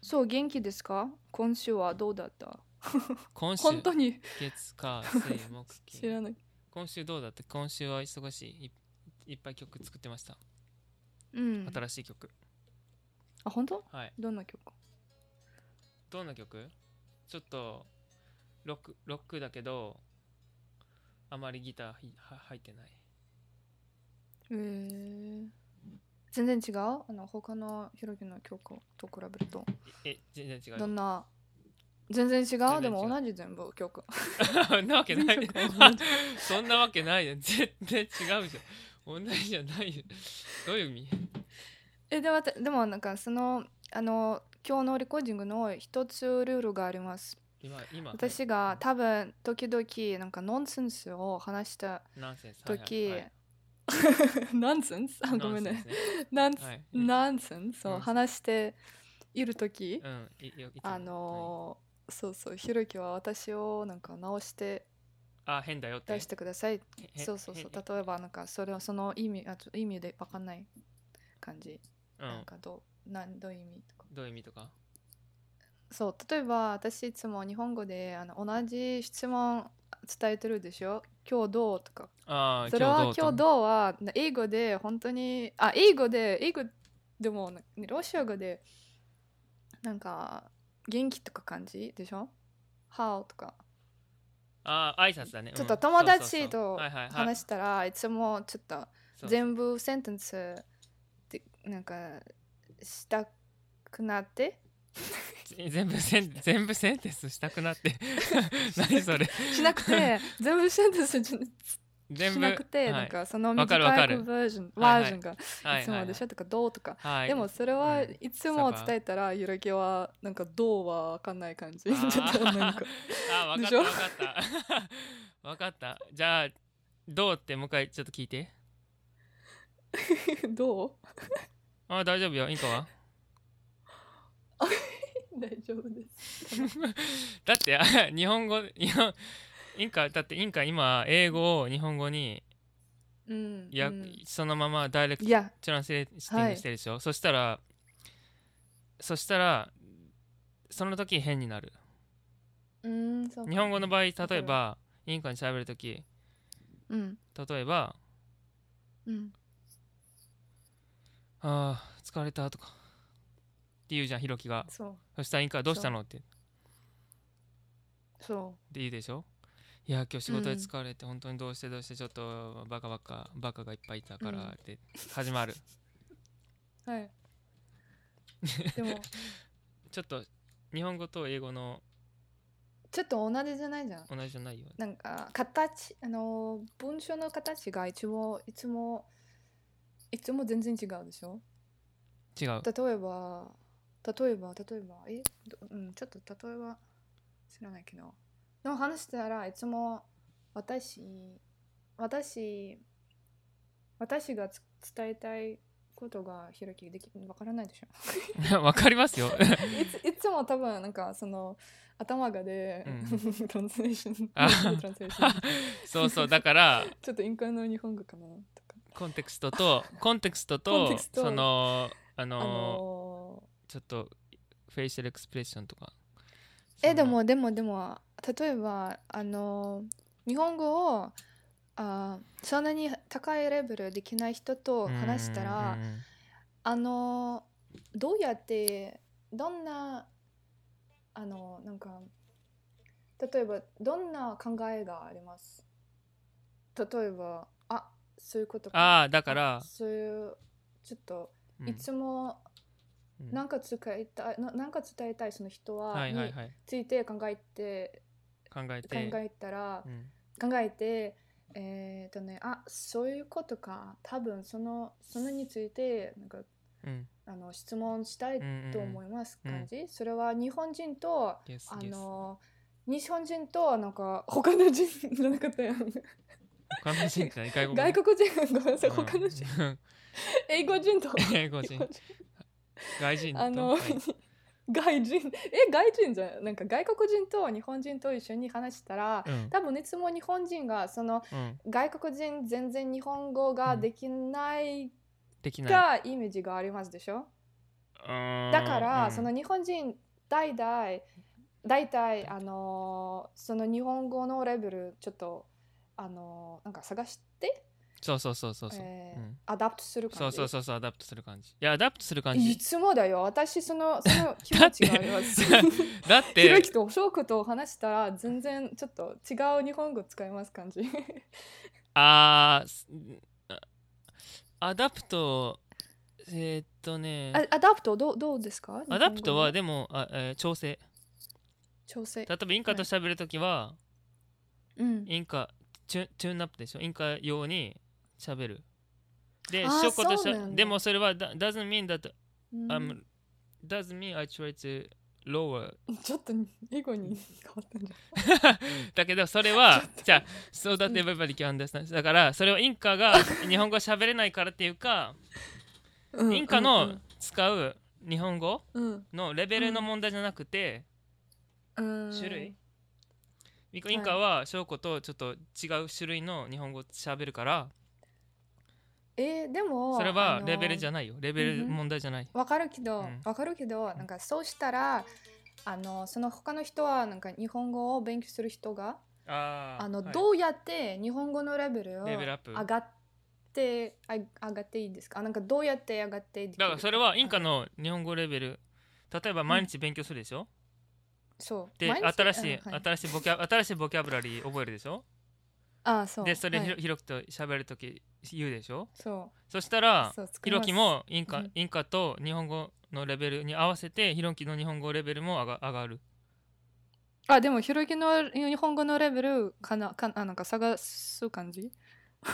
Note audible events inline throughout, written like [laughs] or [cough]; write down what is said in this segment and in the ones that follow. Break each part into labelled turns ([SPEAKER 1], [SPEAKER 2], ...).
[SPEAKER 1] そう、元気ですか今週はどうだった
[SPEAKER 2] 今週
[SPEAKER 1] 本当に
[SPEAKER 2] 月火水木
[SPEAKER 1] 知
[SPEAKER 2] 金
[SPEAKER 1] らない。
[SPEAKER 2] 今週どうだって今週は忙しいいいっぱい曲作ってました、
[SPEAKER 1] うん。
[SPEAKER 2] 新しい曲
[SPEAKER 1] あ、本当
[SPEAKER 2] はい
[SPEAKER 1] どんな曲
[SPEAKER 2] どんな曲ちょっとロックロックだけどあまりギターひは入ってない
[SPEAKER 1] えー、全然違うあの、他のヒロキの曲と比べると。
[SPEAKER 2] え全然違
[SPEAKER 1] ど
[SPEAKER 2] うよ
[SPEAKER 1] んな全然違う
[SPEAKER 2] 然違う
[SPEAKER 1] でも同じ全部曲。[laughs]
[SPEAKER 2] [laughs] そんなわけない
[SPEAKER 1] 全然違う
[SPEAKER 2] [laughs] そんなわけないよ絶対違うじゃん同じじゃないよどういう意味
[SPEAKER 1] えでも私でもなんかそのあの今日のレコーディングの一つルールがあります。
[SPEAKER 2] 今今
[SPEAKER 1] 私が多分時々なんかノンセンスを話した
[SPEAKER 2] ナンセンスはい
[SPEAKER 1] 時、 [laughs]
[SPEAKER 2] はいはい
[SPEAKER 1] ノンセン [laughs] スあごめん
[SPEAKER 2] ナンセ
[SPEAKER 1] ね
[SPEAKER 2] ンスね
[SPEAKER 1] [laughs] ナン
[SPEAKER 2] はい
[SPEAKER 1] ナンセンス
[SPEAKER 2] ナ
[SPEAKER 1] を
[SPEAKER 2] ンセンス
[SPEAKER 1] 話している時、
[SPEAKER 2] うんいいよいつも
[SPEAKER 1] あのーそうそうひろきは私をなんか直して
[SPEAKER 2] はいあ変だよって
[SPEAKER 1] 出してください
[SPEAKER 2] へ
[SPEAKER 1] そうそうそう
[SPEAKER 2] へ
[SPEAKER 1] 例えばなんかそれはその意味あちょ意味でわかんない感じ、
[SPEAKER 2] う
[SPEAKER 1] なん
[SPEAKER 2] ん
[SPEAKER 1] かどうなんどういう意味とか
[SPEAKER 2] どういう意味とか
[SPEAKER 1] そう例えば私いつも日本語であの同じ質問伝えてるでしょ今日どうとか
[SPEAKER 2] ああ
[SPEAKER 1] それは今日
[SPEAKER 2] う
[SPEAKER 1] どうはな英語で本当にあ英語で英語でもなロシア語でなんか元気とか感じでしょ How とか
[SPEAKER 2] ああ挨拶だね
[SPEAKER 1] ちょっ
[SPEAKER 2] う
[SPEAKER 1] と
[SPEAKER 2] ん
[SPEAKER 1] 友
[SPEAKER 2] そうそう
[SPEAKER 1] 達
[SPEAKER 2] そう
[SPEAKER 1] と
[SPEAKER 2] はいはいはい
[SPEAKER 1] 話したらいつもちょっと
[SPEAKER 2] そう
[SPEAKER 1] 全部センテンスでなんかしたくなって
[SPEAKER 2] 全部セン全部センテンスしたくなって
[SPEAKER 1] [laughs]
[SPEAKER 2] 何それ
[SPEAKER 1] しなく
[SPEAKER 2] [laughs]
[SPEAKER 1] て全部センテンスじゃ
[SPEAKER 2] 全部
[SPEAKER 1] しなくて、
[SPEAKER 2] はい
[SPEAKER 1] なんかその
[SPEAKER 2] わかるわ
[SPEAKER 1] 短
[SPEAKER 2] か
[SPEAKER 1] い
[SPEAKER 2] る
[SPEAKER 1] バージョン
[SPEAKER 2] はい
[SPEAKER 1] バ
[SPEAKER 2] はい
[SPEAKER 1] ージョンが
[SPEAKER 2] はい
[SPEAKER 1] つもでしょとかどうとか、
[SPEAKER 2] はいはい
[SPEAKER 1] でもそれは
[SPEAKER 2] うん
[SPEAKER 1] いつも伝えたらゆらきはなんかどうはわかんない感じちょ
[SPEAKER 2] あー
[SPEAKER 1] っとなんか
[SPEAKER 2] [laughs] あ分
[SPEAKER 1] で
[SPEAKER 2] かっ
[SPEAKER 1] したょ
[SPEAKER 2] 分か [laughs] った分かったじゃあどうってもう一回ちょっと聞いて
[SPEAKER 1] ど
[SPEAKER 2] あ大丈夫よインコは
[SPEAKER 1] う大丈夫です
[SPEAKER 2] だって [laughs] あ日本語日本インカだってインカ今英語を日本語に
[SPEAKER 1] うん
[SPEAKER 2] や、
[SPEAKER 1] うんい
[SPEAKER 2] そのままダイレクト
[SPEAKER 1] や
[SPEAKER 2] トランスレーティングしてるでしょ、そしたらそしたらその時変になる
[SPEAKER 1] うんそうか
[SPEAKER 2] 日本語の場合例
[SPEAKER 1] わか
[SPEAKER 2] え
[SPEAKER 1] る
[SPEAKER 2] ばインカに喋る時
[SPEAKER 1] うん
[SPEAKER 2] 例えば
[SPEAKER 1] うん
[SPEAKER 2] 「あー疲れた」とかって言うじゃんひろきが
[SPEAKER 1] そう
[SPEAKER 2] そしたらインカは「どうしたの?」って
[SPEAKER 1] そ
[SPEAKER 2] って言うでしょいや今日仕事
[SPEAKER 1] うん
[SPEAKER 2] で疲れて、本当にどうしてどうしてちょっとバカバカバカがいっぱいいたか
[SPEAKER 1] うん
[SPEAKER 2] らって始まる、
[SPEAKER 1] う
[SPEAKER 2] [laughs]
[SPEAKER 1] はいでも
[SPEAKER 2] ちょっと日本語と英語の
[SPEAKER 1] ちょっと同じじゃないじゃん
[SPEAKER 2] 同じじゃないよ
[SPEAKER 1] なんか形あの文章の形が一応いつもいつも全然違うでしょ
[SPEAKER 2] 違う
[SPEAKER 1] 例えば例えば例えばえどうんちょっと例えば知らないけどでも話したらいつも私私私がつ伝えたいことがひろきできわからないで
[SPEAKER 2] [laughs]
[SPEAKER 1] しょ
[SPEAKER 2] わかりま
[SPEAKER 1] [laughs]
[SPEAKER 2] すよ
[SPEAKER 1] いついつも多分なんかその頭がで、 [laughs]
[SPEAKER 2] うん
[SPEAKER 1] トランスレーショ
[SPEAKER 2] [laughs]
[SPEAKER 1] [laughs] ン
[SPEAKER 2] あ
[SPEAKER 1] トランスレーション
[SPEAKER 2] そうそうだから
[SPEAKER 1] ちょっとインカの日本語かなとか。
[SPEAKER 2] コンテクストとコンテクス
[SPEAKER 1] コ
[SPEAKER 2] ト
[SPEAKER 1] ン
[SPEAKER 2] と
[SPEAKER 1] テクスト
[SPEAKER 2] そのあ
[SPEAKER 1] あ
[SPEAKER 2] の
[SPEAKER 1] の
[SPEAKER 2] ちょっとフェイシャルエクスプレッションとか
[SPEAKER 1] ーえ、で
[SPEAKER 2] そんな
[SPEAKER 1] もでもでも、例えば、あのー日本語をあーそんなに高いレベルできない人と話したら、
[SPEAKER 2] うんうんうん
[SPEAKER 1] あのーどうやって、どんな、あのーなんか、例えば、どんな考えがあります例えば、あそういうこと
[SPEAKER 2] あ
[SPEAKER 1] あ、
[SPEAKER 2] あだから、
[SPEAKER 1] そういう、ちょっと、
[SPEAKER 2] うん
[SPEAKER 1] いつも、
[SPEAKER 2] うん
[SPEAKER 1] なんか伝えたいななんか伝えたいその人は
[SPEAKER 2] はい
[SPEAKER 1] に
[SPEAKER 2] はいはい
[SPEAKER 1] ついて考えて、
[SPEAKER 2] 考えて
[SPEAKER 1] 考えたら
[SPEAKER 2] うん
[SPEAKER 1] 考えてえっとねあそういうことか多分そのそのについてなんか
[SPEAKER 2] うん
[SPEAKER 1] あの質問したい
[SPEAKER 2] うんうんうん
[SPEAKER 1] と思います
[SPEAKER 2] うん
[SPEAKER 1] 感じ、それは日本人と
[SPEAKER 2] Yes,
[SPEAKER 1] あ
[SPEAKER 2] yes
[SPEAKER 1] の日本人となんか他の人じゃなくて
[SPEAKER 2] 他の人じゃない外国
[SPEAKER 1] 外国人ごめんなさい他の人
[SPEAKER 2] うん
[SPEAKER 1] 英語人と
[SPEAKER 2] [laughs] 英語人外人と
[SPEAKER 1] あの、
[SPEAKER 2] はい
[SPEAKER 1] 外人え外人じゃんなんか外国人と日本人と一緒に話したら、
[SPEAKER 2] うん
[SPEAKER 1] 多分いつも日本人がその
[SPEAKER 2] うん、
[SPEAKER 1] 外国人全然日本語ができない
[SPEAKER 2] できない
[SPEAKER 1] がイメージがありますでしょ、だから、
[SPEAKER 2] うん
[SPEAKER 1] その日本人代々大体あのーその日本語のレベルちょっとあのーなんか探して、
[SPEAKER 2] そうそうそうそうそう、
[SPEAKER 1] え
[SPEAKER 2] う
[SPEAKER 1] ー
[SPEAKER 2] ん
[SPEAKER 1] アダプトする
[SPEAKER 2] そ
[SPEAKER 1] 感
[SPEAKER 2] う
[SPEAKER 1] じ
[SPEAKER 2] そうそうそうアダプトする感じいやアダプトする感
[SPEAKER 1] い
[SPEAKER 2] じ
[SPEAKER 1] つもだよ私そのそ
[SPEAKER 2] [laughs]
[SPEAKER 1] の気持ちがあります
[SPEAKER 2] だってだっ
[SPEAKER 1] [laughs] ひろ
[SPEAKER 2] て
[SPEAKER 1] きとショークと話したら全然ちょっと違う日本語使います感じ
[SPEAKER 2] あーすあアダプトえーっとね
[SPEAKER 1] あアダプトどうどうですか
[SPEAKER 2] アダプトは
[SPEAKER 1] 日本語の
[SPEAKER 2] でもあ、えー調整
[SPEAKER 1] 調整
[SPEAKER 2] 例えばインカと喋るときは、
[SPEAKER 1] うん
[SPEAKER 2] インカチュチューンナップでしょインカ用に喋るで
[SPEAKER 1] あー
[SPEAKER 2] ショコとし
[SPEAKER 1] そう
[SPEAKER 2] ゃ
[SPEAKER 1] なんだ
[SPEAKER 2] でもそれはだ doesn't mean that、
[SPEAKER 1] うん、
[SPEAKER 2] I'm doesn't mean I try to lower
[SPEAKER 1] ちょっと英語に変わったんじ
[SPEAKER 2] だけどそれは
[SPEAKER 1] ちょっと
[SPEAKER 2] じゃあそうだって
[SPEAKER 1] う
[SPEAKER 2] everybody can understand だからそれをイン
[SPEAKER 1] [laughs]
[SPEAKER 2] カが日本語喋れないからっていうか
[SPEAKER 1] ゃない
[SPEAKER 2] インカの使う日本語
[SPEAKER 1] うん
[SPEAKER 2] のレベルの問題じゃなくて、
[SPEAKER 1] うん
[SPEAKER 2] 種類ミコインカは翔子とちょっと違う種類の日本語喋るから
[SPEAKER 1] えーでも
[SPEAKER 2] それはレベル
[SPEAKER 1] ゃ
[SPEAKER 2] じゃないよレベル問題じゃない、
[SPEAKER 1] わかるけど、
[SPEAKER 2] う
[SPEAKER 1] わ
[SPEAKER 2] ん
[SPEAKER 1] かるけど、なんかそうしたら、あのその他の人はなんか日本語を勉強する人が、
[SPEAKER 2] あー
[SPEAKER 1] あの、
[SPEAKER 2] はい
[SPEAKER 1] どうやって日本語のレベルを
[SPEAKER 2] レベル
[SPEAKER 1] 上
[SPEAKER 2] アップ
[SPEAKER 1] がってあ上がっていいですか？あなんかどうやって上がってできる
[SPEAKER 2] だからそれはインカの日本語レベル例えば毎日勉強するでしょ、
[SPEAKER 1] そう
[SPEAKER 2] で
[SPEAKER 1] 毎日
[SPEAKER 2] 新しい、
[SPEAKER 1] うんはい
[SPEAKER 2] 新しいボキャ新しいボキャブラリー覚えるでしょ
[SPEAKER 1] あそう
[SPEAKER 2] でそれ
[SPEAKER 1] は
[SPEAKER 2] ひろ
[SPEAKER 1] い、
[SPEAKER 2] ひろきと喋るとき言うでしょ
[SPEAKER 1] そ
[SPEAKER 2] そした
[SPEAKER 1] う
[SPEAKER 2] ら
[SPEAKER 1] そう作り
[SPEAKER 2] ひ
[SPEAKER 1] ま
[SPEAKER 2] ろ
[SPEAKER 1] す
[SPEAKER 2] きもインカ、
[SPEAKER 1] うん
[SPEAKER 2] インカと日本語のレベルに合わせてひろきの日本語レベルも上が上
[SPEAKER 1] [laughs]
[SPEAKER 2] がる
[SPEAKER 1] あでもひろきの日本語のレベルかなかあなんか探す感じ？
[SPEAKER 2] だ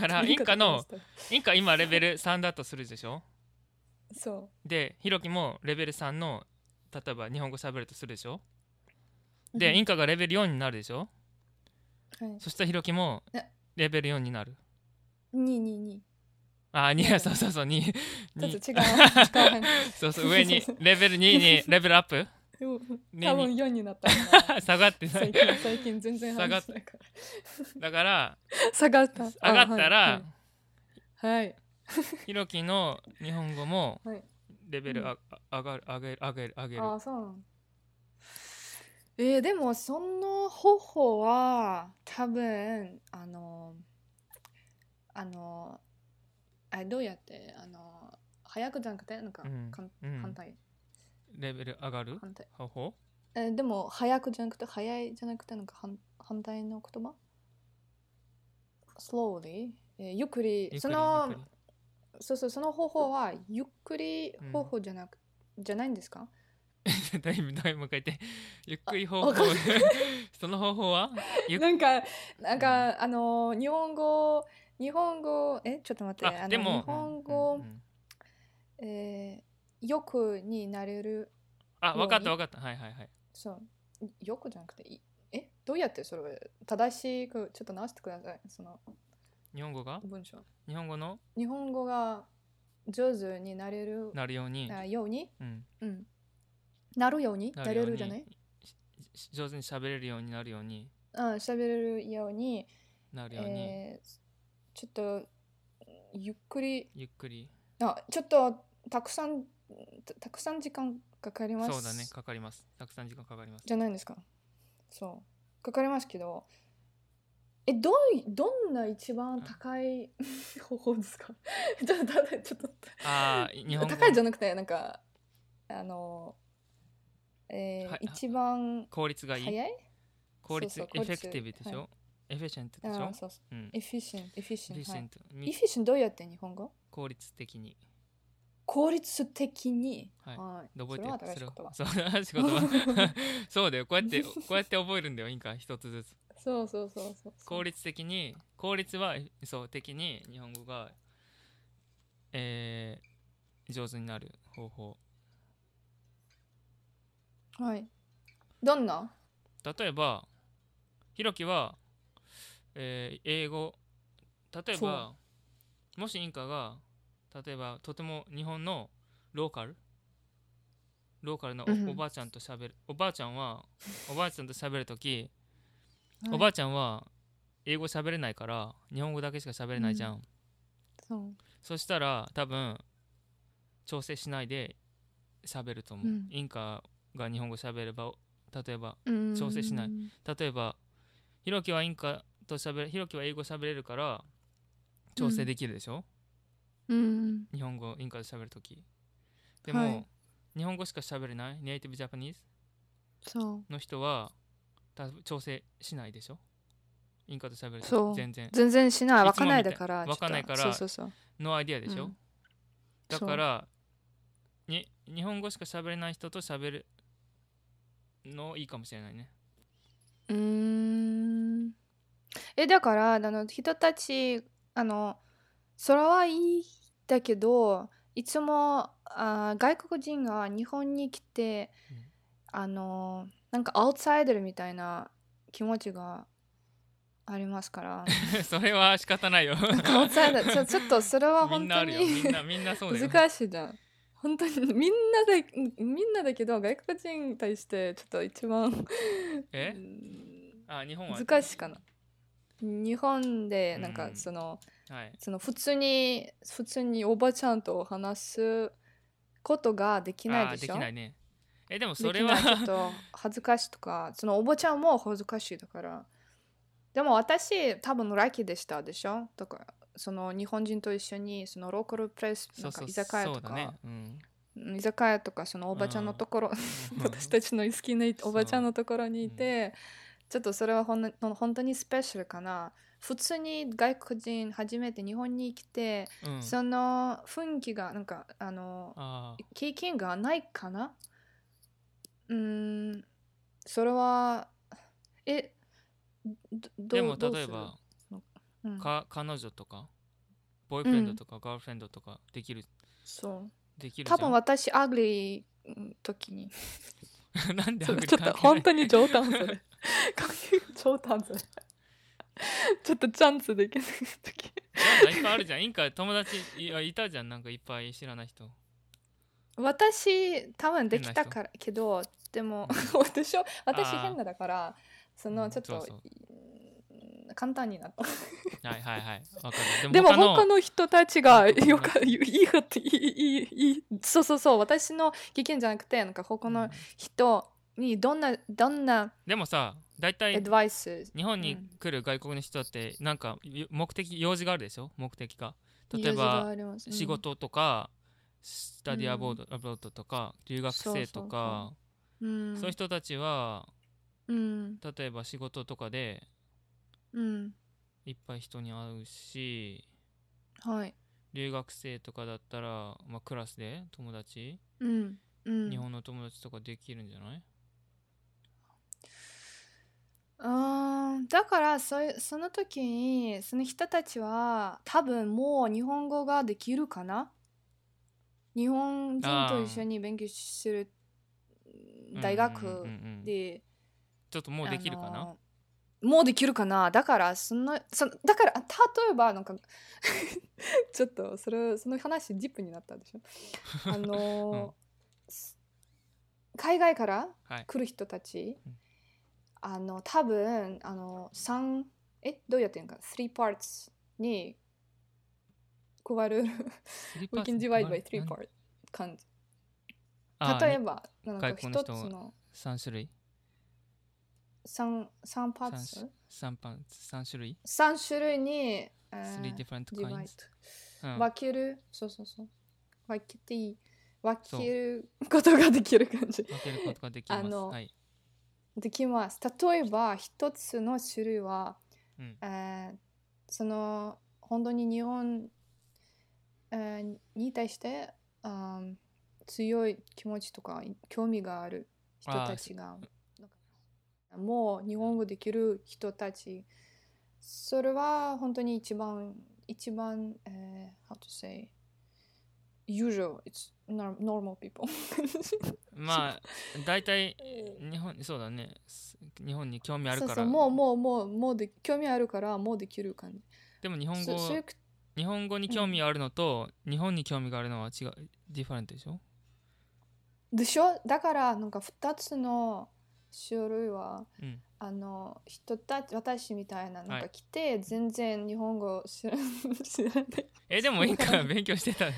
[SPEAKER 2] から
[SPEAKER 1] 言
[SPEAKER 2] イ
[SPEAKER 1] い
[SPEAKER 2] ン
[SPEAKER 1] 方
[SPEAKER 2] カの
[SPEAKER 1] どうし
[SPEAKER 2] インカ今レベル3だとするでしょ
[SPEAKER 1] たそ
[SPEAKER 2] でひろきもレベル3の例えば日本語喋るとするでしょ
[SPEAKER 1] う
[SPEAKER 2] で、イ
[SPEAKER 1] ン
[SPEAKER 2] ンカがレベル4になるでしょ
[SPEAKER 1] カ、はい、
[SPEAKER 2] そしたらひろきも
[SPEAKER 1] ね
[SPEAKER 2] レベル4になる
[SPEAKER 1] ににに
[SPEAKER 2] あに
[SPEAKER 1] ね
[SPEAKER 2] そうそうそうに
[SPEAKER 1] ちょっと
[SPEAKER 2] に
[SPEAKER 1] 違う違う
[SPEAKER 2] [laughs] そうそう上にレベル2にレベルアップね
[SPEAKER 1] 多分4になったかな
[SPEAKER 2] 下がってな
[SPEAKER 1] 最
[SPEAKER 2] い
[SPEAKER 1] 近最近全然
[SPEAKER 2] 下が
[SPEAKER 1] 話
[SPEAKER 2] っ
[SPEAKER 1] しないから
[SPEAKER 2] だから
[SPEAKER 1] 下がった
[SPEAKER 2] [laughs] 上がった
[SPEAKER 1] あ
[SPEAKER 2] ら
[SPEAKER 1] はいはい
[SPEAKER 2] ひろきの日本語も
[SPEAKER 1] はい
[SPEAKER 2] レベルああ上がる上げる上げる上げる
[SPEAKER 1] ああそうなのえー、でもその方法は多分あのあのあれどうやってあの早くじゃなくてなんか、
[SPEAKER 2] うん
[SPEAKER 1] かん
[SPEAKER 2] うん
[SPEAKER 1] 反対
[SPEAKER 2] レベル上がる
[SPEAKER 1] 反対
[SPEAKER 2] 方法
[SPEAKER 1] えーでも早くじゃなくて早いじゃなくてなんか反反対の言葉 slowly、えーゆっくり
[SPEAKER 2] ゆっくり
[SPEAKER 1] その
[SPEAKER 2] ゆっくり
[SPEAKER 1] そうそうその方法はゆっくり方法じゃなく、じゃないんですか
[SPEAKER 2] [laughs] だいぶだいぶもう一回言ってゆっくり方
[SPEAKER 1] わ
[SPEAKER 2] 法
[SPEAKER 1] かん
[SPEAKER 2] [laughs] その方法はゆっ
[SPEAKER 1] なんかなんかあの日本語日本語えちょっと待って
[SPEAKER 2] あ
[SPEAKER 1] の
[SPEAKER 2] で
[SPEAKER 1] 日
[SPEAKER 2] も
[SPEAKER 1] 本語、
[SPEAKER 2] うんうんうん
[SPEAKER 1] えーよくになれる
[SPEAKER 2] あ分かった
[SPEAKER 1] よ
[SPEAKER 2] 分かったはいはいはい
[SPEAKER 1] そうよくじゃなくていえどうやってそれを正しくちょっと直してくださいその
[SPEAKER 2] 日本語が
[SPEAKER 1] 文章
[SPEAKER 2] 日本語の
[SPEAKER 1] 日本語が上手になれる
[SPEAKER 2] なるように、
[SPEAKER 1] あように、
[SPEAKER 2] うん、
[SPEAKER 1] うん、なるようにな
[SPEAKER 2] な
[SPEAKER 1] れ
[SPEAKER 2] よう
[SPEAKER 1] る
[SPEAKER 2] に
[SPEAKER 1] じゃない
[SPEAKER 2] しし上手に喋れるようになるように
[SPEAKER 1] うん喋れるように
[SPEAKER 2] なるように、
[SPEAKER 1] えーちょっとゆっくり
[SPEAKER 2] ゆっくり
[SPEAKER 1] あちょっとたくさんたたくさん時間かかります
[SPEAKER 2] そうだねかかりますたくさん時間かかり
[SPEAKER 1] [laughs]
[SPEAKER 2] ます
[SPEAKER 1] じゃないですかそうかかりますけどえどういどんな一番高い方法ですか [laughs] ちょっと待ってちょっと
[SPEAKER 2] ああ日本語
[SPEAKER 1] 高いじゃなくてなんかあのえー
[SPEAKER 2] はい
[SPEAKER 1] 一番
[SPEAKER 2] 効率がいい
[SPEAKER 1] 早い
[SPEAKER 2] 効率
[SPEAKER 1] そうそう
[SPEAKER 2] エ
[SPEAKER 1] 効率
[SPEAKER 2] フェクティブでしょ、エフィシェント
[SPEAKER 1] あ
[SPEAKER 2] でしょ
[SPEAKER 1] ーそうそう
[SPEAKER 2] うん
[SPEAKER 1] エフィシェンエフィシェ
[SPEAKER 2] エフ
[SPEAKER 1] ン
[SPEAKER 2] ィシ
[SPEAKER 1] は
[SPEAKER 2] ェ
[SPEAKER 1] い
[SPEAKER 2] ント、
[SPEAKER 1] エフィシェンどうやって日本語
[SPEAKER 2] 効率的に
[SPEAKER 1] 効率的に、
[SPEAKER 2] はい
[SPEAKER 1] はい
[SPEAKER 2] 覚えて
[SPEAKER 1] それは
[SPEAKER 2] る
[SPEAKER 1] 正しい言葉
[SPEAKER 2] それはそう正しい言葉 [laughs] そうだよこう
[SPEAKER 1] [laughs]
[SPEAKER 2] やってこうやって覚えるんだよいいか一つずつ
[SPEAKER 1] そうそうそうそうそう
[SPEAKER 2] 効率的に効率はそう的に日本語がえー、上手になる方法
[SPEAKER 1] はいどんな
[SPEAKER 2] 例えばひろきは、えー英語例えばもしインカが例えばとても日本のローカルローカルのお,、
[SPEAKER 1] うんうん
[SPEAKER 2] ばあちゃんと喋るおばあちゃん
[SPEAKER 1] [laughs]
[SPEAKER 2] はおばあちゃんと喋るとき、
[SPEAKER 1] はい
[SPEAKER 2] おばあちゃんは英語喋れないから日本語だけしか喋れないじゃん、
[SPEAKER 1] そう
[SPEAKER 2] そしたら多分調整しないで喋ると思う、
[SPEAKER 1] うん
[SPEAKER 2] インカが日本語喋れば例えば
[SPEAKER 1] うん
[SPEAKER 2] 調整しない例えばひろきはインカと喋れひろきは英語喋れるから調整できるでしょ、
[SPEAKER 1] うん
[SPEAKER 2] 日本語インカで喋るときでも、
[SPEAKER 1] はい
[SPEAKER 2] 日本語しか喋れないネイティブジャパニーズ
[SPEAKER 1] そう
[SPEAKER 2] の人はた調整しないでしょインカと喋る
[SPEAKER 1] そ
[SPEAKER 2] と
[SPEAKER 1] う
[SPEAKER 2] 全然
[SPEAKER 1] 全然しない
[SPEAKER 2] いつも
[SPEAKER 1] わかんないだから
[SPEAKER 2] みたいわかんないから
[SPEAKER 1] ちょっとそうそうそう
[SPEAKER 2] のアイディアでしょ、
[SPEAKER 1] うん
[SPEAKER 2] だからに日本語しか喋れない人と喋るのいいかもしれないね [laughs]
[SPEAKER 1] うーんえだからあの人たちあのそれはいいんだけどいつもあー外国人が日本に来て、
[SPEAKER 2] うん
[SPEAKER 1] あのなんかアウトサイダーみたいな気持ちがありますから
[SPEAKER 2] [laughs] それは仕方ないよ
[SPEAKER 1] アウトサイダーちょちょっとそれは
[SPEAKER 2] [laughs] みん
[SPEAKER 1] 本
[SPEAKER 2] な
[SPEAKER 1] 当
[SPEAKER 2] あ
[SPEAKER 1] に
[SPEAKER 2] るよみんなみんなそうだよ
[SPEAKER 1] 難しいじゃん本当にみんなでみんなだけど外国人に対してちょっと一番
[SPEAKER 2] え
[SPEAKER 1] うん
[SPEAKER 2] あ日本は
[SPEAKER 1] 難しいかな日本でなん
[SPEAKER 2] う
[SPEAKER 1] か
[SPEAKER 2] ん
[SPEAKER 1] その,、
[SPEAKER 2] はい
[SPEAKER 1] その普通に普通におばちゃんと話すことができない
[SPEAKER 2] あー
[SPEAKER 1] でしょ
[SPEAKER 2] きないねえでも
[SPEAKER 1] で
[SPEAKER 2] それ
[SPEAKER 1] きないちょっ
[SPEAKER 2] は
[SPEAKER 1] と恥ずかしいとかそのおばちゃんも恥ずかしいだからでも私多分ラッキーでしたでしょだからその日本人と一緒にそのローカルプレスなんか居酒屋
[SPEAKER 2] [laughs] そ
[SPEAKER 1] と
[SPEAKER 2] うだ
[SPEAKER 1] か、
[SPEAKER 2] ね、うん、
[SPEAKER 1] 居酒屋とかそのおばちゃんのところ、 [laughs] 私
[SPEAKER 2] ち
[SPEAKER 1] たちの好きなおばちゃんのところにいて、ちょっとそれはほんの本当にスペシャルかな普通に外国人初めて日本に来て、
[SPEAKER 2] うん、
[SPEAKER 1] その雰囲気がなんかあの
[SPEAKER 2] あー
[SPEAKER 1] 経験がないかなうーんそれはえどど
[SPEAKER 2] で
[SPEAKER 1] う
[SPEAKER 2] も
[SPEAKER 1] どう
[SPEAKER 2] 例え
[SPEAKER 1] する
[SPEAKER 2] ば、
[SPEAKER 1] うん、
[SPEAKER 2] か彼女とかボーイフレンドとか、ガールフレンドとかできる
[SPEAKER 1] そう
[SPEAKER 2] できるじ
[SPEAKER 1] 多
[SPEAKER 2] ゃん
[SPEAKER 1] 分私アグリーの時に
[SPEAKER 2] [laughs] なんで
[SPEAKER 1] ちょ
[SPEAKER 2] アグリ
[SPEAKER 1] ちょっ
[SPEAKER 2] 関係な
[SPEAKER 1] と
[SPEAKER 2] い
[SPEAKER 1] 本当に冗談そ [laughs] れ冗談それ [laughs] ちょっとチャンスできない時
[SPEAKER 2] なんかいっぱいあるじゃん。インカ友達いやいたじゃん。なんかいっぱい知らない人。
[SPEAKER 1] 私多分できたからけどでも私は私
[SPEAKER 2] あー
[SPEAKER 1] 変なだからそうの
[SPEAKER 2] ん
[SPEAKER 1] ちょっと、
[SPEAKER 2] そうそう
[SPEAKER 1] うん簡単になった
[SPEAKER 2] はいはいはい。わかる。
[SPEAKER 1] でも
[SPEAKER 2] 他の
[SPEAKER 1] 他の人たちが
[SPEAKER 2] 他の
[SPEAKER 1] よかいいいいこといいいいいいそうそうそう私の意見じゃなくてなんか他
[SPEAKER 2] う
[SPEAKER 1] の
[SPEAKER 2] ん
[SPEAKER 1] 人にどんなどんな
[SPEAKER 2] でもさ、大
[SPEAKER 1] ア
[SPEAKER 2] 体
[SPEAKER 1] ドバイス
[SPEAKER 2] 日本に来る外国の人ってなんかよ目的用事があるでしょ。目的が。例えば仕、事とか、スタディアボード、アボードとか留学生とか、
[SPEAKER 1] ユーズがあ
[SPEAKER 2] そういう
[SPEAKER 1] ります
[SPEAKER 2] 人たちは
[SPEAKER 1] うんうん
[SPEAKER 2] 例えば仕事とかで
[SPEAKER 1] うん、
[SPEAKER 2] いっぱい人に会うし、
[SPEAKER 1] うん、はい、
[SPEAKER 2] 留学生とかだったらまあクラスで友達、
[SPEAKER 1] うんうん、
[SPEAKER 2] 日本の友達とかできるんじゃない？
[SPEAKER 1] あーだからそいその時にその人たちは多分もう日本語ができるかな日本人と一緒に勉強する大
[SPEAKER 2] うんうんうん
[SPEAKER 1] 学
[SPEAKER 2] うんうん
[SPEAKER 1] で
[SPEAKER 2] ちょっともうできるか
[SPEAKER 1] あ
[SPEAKER 2] な
[SPEAKER 1] のもうできるかなだからそのそのだから例えばなんか [laughs] ちょっとそれその話ジップになった
[SPEAKER 2] [laughs]
[SPEAKER 1] でしょあの、す海外から
[SPEAKER 2] はい
[SPEAKER 1] 来る人たち、
[SPEAKER 2] うん
[SPEAKER 1] あの多分あの三えどうやってんか three parts に加える we can divide by three parts 感じ例え
[SPEAKER 2] ば
[SPEAKER 1] ばなんか
[SPEAKER 2] 外
[SPEAKER 1] 一
[SPEAKER 2] 国の
[SPEAKER 1] つ
[SPEAKER 2] 人
[SPEAKER 1] の
[SPEAKER 2] 3種類
[SPEAKER 1] 三三パー
[SPEAKER 2] 三
[SPEAKER 1] ツ
[SPEAKER 2] 種三パン三種類
[SPEAKER 1] 三種類に、えー
[SPEAKER 2] ?3 different
[SPEAKER 1] divide
[SPEAKER 2] kinds、うん
[SPEAKER 1] 分けるそうそうそう分けていい分けることができる感じ
[SPEAKER 2] 分けることができま
[SPEAKER 1] あ
[SPEAKER 2] す
[SPEAKER 1] の
[SPEAKER 2] はい
[SPEAKER 1] できます例えば一つの種類は、
[SPEAKER 2] うん
[SPEAKER 1] えーその本当に日本、えーに対して、あー強い気持ちとか興味がある人たちがもう日本語できる人たちそれは本当に一番一番、えー how to say usual it's nor- normal people
[SPEAKER 2] まあ大体日本そうだねす日本に興味ある
[SPEAKER 1] そう
[SPEAKER 2] か
[SPEAKER 1] そ
[SPEAKER 2] ら
[SPEAKER 1] うもうもうもうもうで興味あるからもうできる感じ
[SPEAKER 2] でも日本
[SPEAKER 1] そそうい
[SPEAKER 2] 語
[SPEAKER 1] うく
[SPEAKER 2] 日本語に興味あるのと日本に興味があるのは違うディファレントでしょ
[SPEAKER 1] でしょだからなんか2つの種類は、
[SPEAKER 2] うん
[SPEAKER 1] ああの人たち私みたいなの
[SPEAKER 2] は
[SPEAKER 1] が
[SPEAKER 2] い
[SPEAKER 1] 来て、全然日本語知ら知らない
[SPEAKER 2] えでもいいから勉強してた知っ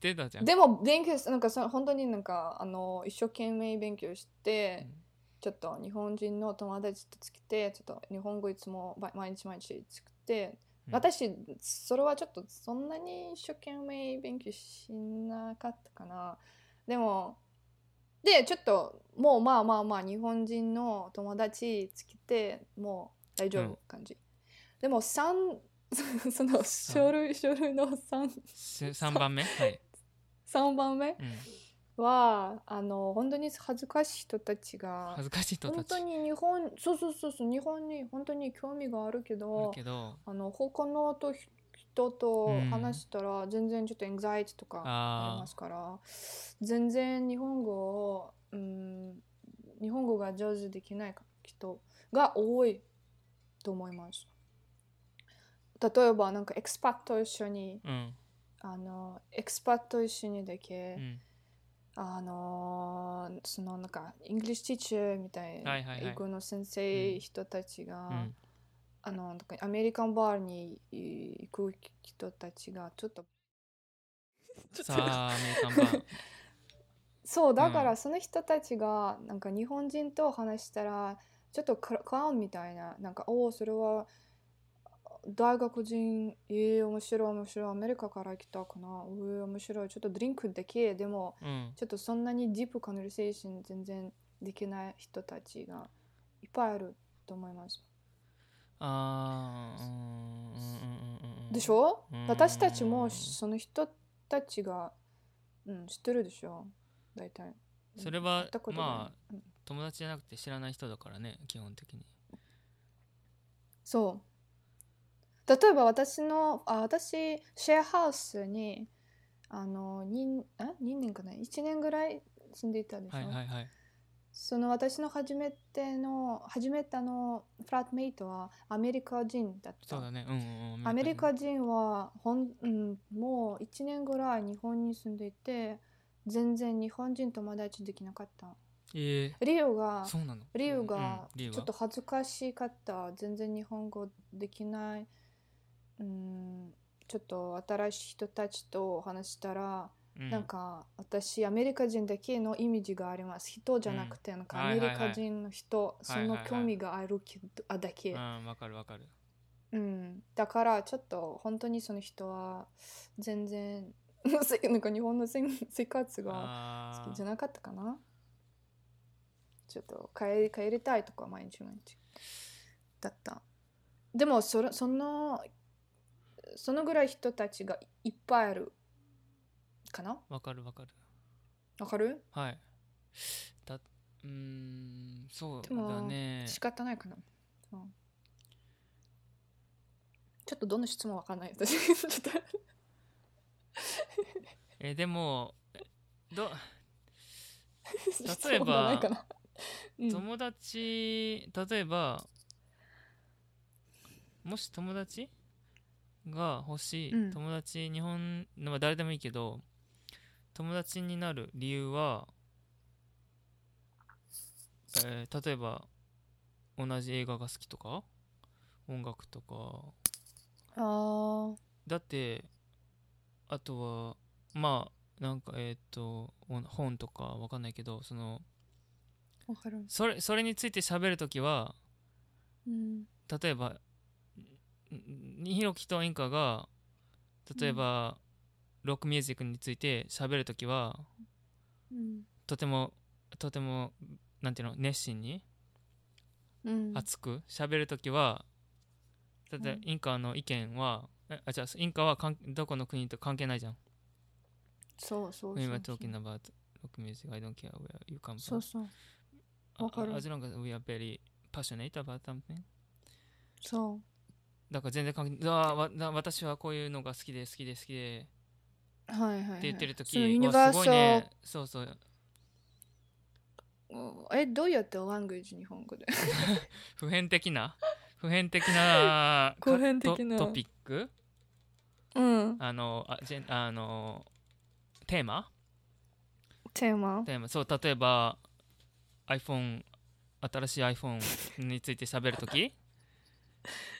[SPEAKER 2] てたじゃん
[SPEAKER 1] でも勉強しなんかそ本当になんかあの一生懸命勉強して、
[SPEAKER 2] うん
[SPEAKER 1] ちょっと日本人の友達とつきてちょっと日本語いつもば毎日毎日作って、
[SPEAKER 2] うん
[SPEAKER 1] 私それはちょっとそんなに一生懸命勉強しなかったかなでもでちょっともうまあまあまあ日本人の友達つきてもう大丈
[SPEAKER 2] うん
[SPEAKER 1] 夫感じ、でも3 [laughs] その書類書類の3
[SPEAKER 2] せ三番目はい、
[SPEAKER 1] 3番目
[SPEAKER 2] うん、
[SPEAKER 1] はあの本当に恥ずかしい人たちが
[SPEAKER 2] 恥ずかしい人た
[SPEAKER 1] 本
[SPEAKER 2] ちあ
[SPEAKER 1] 当
[SPEAKER 2] る
[SPEAKER 1] に日本そうそうそうそう日本に本当に興味があるけど
[SPEAKER 2] けど
[SPEAKER 1] あの他のとひ人と
[SPEAKER 2] うん
[SPEAKER 1] 話したら全然ちょっとエンザイティとかあり
[SPEAKER 2] あ
[SPEAKER 1] ま
[SPEAKER 2] ー
[SPEAKER 1] すから全然日本語を、うん、日本語が上手できない人が多いと思います。例えばなんかエクスパット一緒に
[SPEAKER 2] うん
[SPEAKER 1] あのエクスパット一緒にだけ、
[SPEAKER 2] うん
[SPEAKER 1] あのーそのなんか、イングリッシュティーチャーみたい
[SPEAKER 2] は
[SPEAKER 1] ない
[SPEAKER 2] はいはい
[SPEAKER 1] 英語の先
[SPEAKER 2] うん
[SPEAKER 1] 生、人たち
[SPEAKER 2] う
[SPEAKER 1] が
[SPEAKER 2] ん、
[SPEAKER 1] あの、なんかアメリカンバーに行く人たちがちょっと、
[SPEAKER 2] さあアメリカンバー
[SPEAKER 1] そう、だか
[SPEAKER 2] う
[SPEAKER 1] らその人たちが、なんか日本人と話したら、ちょっとクラクラウンみたいな、なんか、おお、それは大学人、ええ、面白い面白い、アメリカから来たかな、ええ、面白い、ちょっとドリンクだけ、でも、
[SPEAKER 2] うん
[SPEAKER 1] ちょっとそんなにディープコンバーセーション全然できない人たちがいっぱいあると思います。
[SPEAKER 2] あーうんうんうんうんうん
[SPEAKER 1] でしょ
[SPEAKER 2] うん
[SPEAKER 1] 私たちもその人たちが、うん、知ってるでしょ大体。
[SPEAKER 2] それは
[SPEAKER 1] やったことない
[SPEAKER 2] まあ
[SPEAKER 1] うん
[SPEAKER 2] 友達じゃなくて知らない人だからね基本的に
[SPEAKER 1] そう。例えば私の、あ、私、シェアハウスに、あの、2, あ2年かな ?1 年ぐらい住んでいたでしょ、
[SPEAKER 2] はいはいはい
[SPEAKER 1] その私の初めての、初めてのフラットメイトはアメリカ人だった。
[SPEAKER 2] そうだねうんうんうん
[SPEAKER 1] アメリカ人はほん、うん、もう1年ぐらい日本に住んでいて全然日本人友達できなかった
[SPEAKER 2] え
[SPEAKER 1] リオ
[SPEAKER 2] ー、
[SPEAKER 1] が
[SPEAKER 2] そうなの
[SPEAKER 1] リオ
[SPEAKER 2] うん
[SPEAKER 1] が
[SPEAKER 2] リオが
[SPEAKER 1] ちょっと恥ずかしかった全然日本語できない、うん、ちょっと新しい人たちと話したら、
[SPEAKER 2] うん
[SPEAKER 1] なんか私アメリカ人だけのイメージがあります人じゃなくて、なんかアメリカ人の人、
[SPEAKER 2] はいはいはい
[SPEAKER 1] その興味があるけど、あだけ、
[SPEAKER 2] うんわかるわかる
[SPEAKER 1] うん、だからちょっと本当にその人は全然 [laughs] せなんか日本のせん生活が
[SPEAKER 2] あ
[SPEAKER 1] 好きじ
[SPEAKER 2] ー
[SPEAKER 1] ゃなかったかなちょっと帰り帰りたいとか毎日毎日だったでもそれそのそのぐらい人たちがいっぱいあるかな
[SPEAKER 2] わかるわかる
[SPEAKER 1] わかる
[SPEAKER 2] はいだうーんそう
[SPEAKER 1] でも
[SPEAKER 2] だね
[SPEAKER 1] 仕方ないかな、うん、ちょっとどの質問わかんない私ちょっと
[SPEAKER 2] えでもど
[SPEAKER 1] 質問がないかなうん、
[SPEAKER 2] 友達例えばもし友達が欲しい、
[SPEAKER 1] うん
[SPEAKER 2] 友達日本の、まあ、誰でもいいけど友達になる理由は、えー例えば同じ映画が好きとか音楽とか
[SPEAKER 1] あー
[SPEAKER 2] だってあとはまあなんかえっ、とお本とかわかんないけどその
[SPEAKER 1] わかる。
[SPEAKER 2] それそれについて喋るときは
[SPEAKER 1] うん。
[SPEAKER 2] 例えばんんひろきとインカが例えば、ロックミュージックについて喋るときは
[SPEAKER 1] うん。
[SPEAKER 2] とてもとてもなんていうの熱心に
[SPEAKER 1] うん。
[SPEAKER 2] 熱く喋るときはだって
[SPEAKER 1] うん
[SPEAKER 2] インカの意見は、えあじゃあインカは関どこの国と関係ないじゃん。
[SPEAKER 1] そうそうそう。
[SPEAKER 2] We were talking about rock music, I don't care where you come
[SPEAKER 1] そう
[SPEAKER 2] from.
[SPEAKER 1] そう。
[SPEAKER 2] あ
[SPEAKER 1] わかる
[SPEAKER 2] As long as we are very passionate about something.
[SPEAKER 1] そう。
[SPEAKER 2] だから全然関係ない。あわな私はこういうのが好きで好きで好きで。
[SPEAKER 1] はいはい、はい。
[SPEAKER 2] って言ってる時
[SPEAKER 1] そのユニ
[SPEAKER 2] うわ
[SPEAKER 1] バー
[SPEAKER 2] すごい
[SPEAKER 1] サ
[SPEAKER 2] ねそうそう
[SPEAKER 1] ル、え、どうやってランゲージ日本語で
[SPEAKER 2] 普遍的な普遍的
[SPEAKER 1] [laughs]
[SPEAKER 2] なか
[SPEAKER 1] 普遍的な
[SPEAKER 2] トトピック
[SPEAKER 1] うん。
[SPEAKER 2] あのあジェンあのテーマ
[SPEAKER 1] テーマ
[SPEAKER 2] テーマそう例えば iPhone 新しい iPhone について喋ると
[SPEAKER 1] [laughs]
[SPEAKER 2] き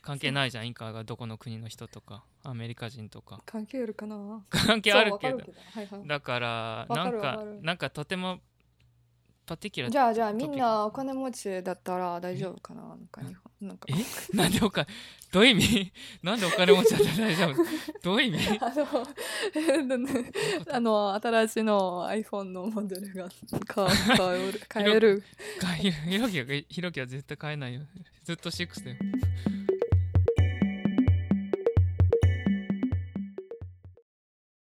[SPEAKER 2] 関係ないじゃんインカがどこの国の人とかアメリカ人とか
[SPEAKER 1] 関係あるかな
[SPEAKER 2] 関係あるけ
[SPEAKER 1] そう
[SPEAKER 2] ど
[SPEAKER 1] わかはいはい
[SPEAKER 2] だか
[SPEAKER 1] わ
[SPEAKER 2] らな
[SPEAKER 1] かる
[SPEAKER 2] んか
[SPEAKER 1] わかる
[SPEAKER 2] なんかとてもパティキュラー
[SPEAKER 1] じゃあじゃあみんなお金持ちだったら大丈夫かななんか日本なんか
[SPEAKER 2] えなんでお金どういう意味なんでお金持ちだったら大丈夫どういう意味 [laughs]
[SPEAKER 1] あのあの新しいの iPhone のモデルが買買え
[SPEAKER 2] [laughs]
[SPEAKER 1] る買える
[SPEAKER 2] かひろひろきはひろきは絶対買えないよずっと6だよ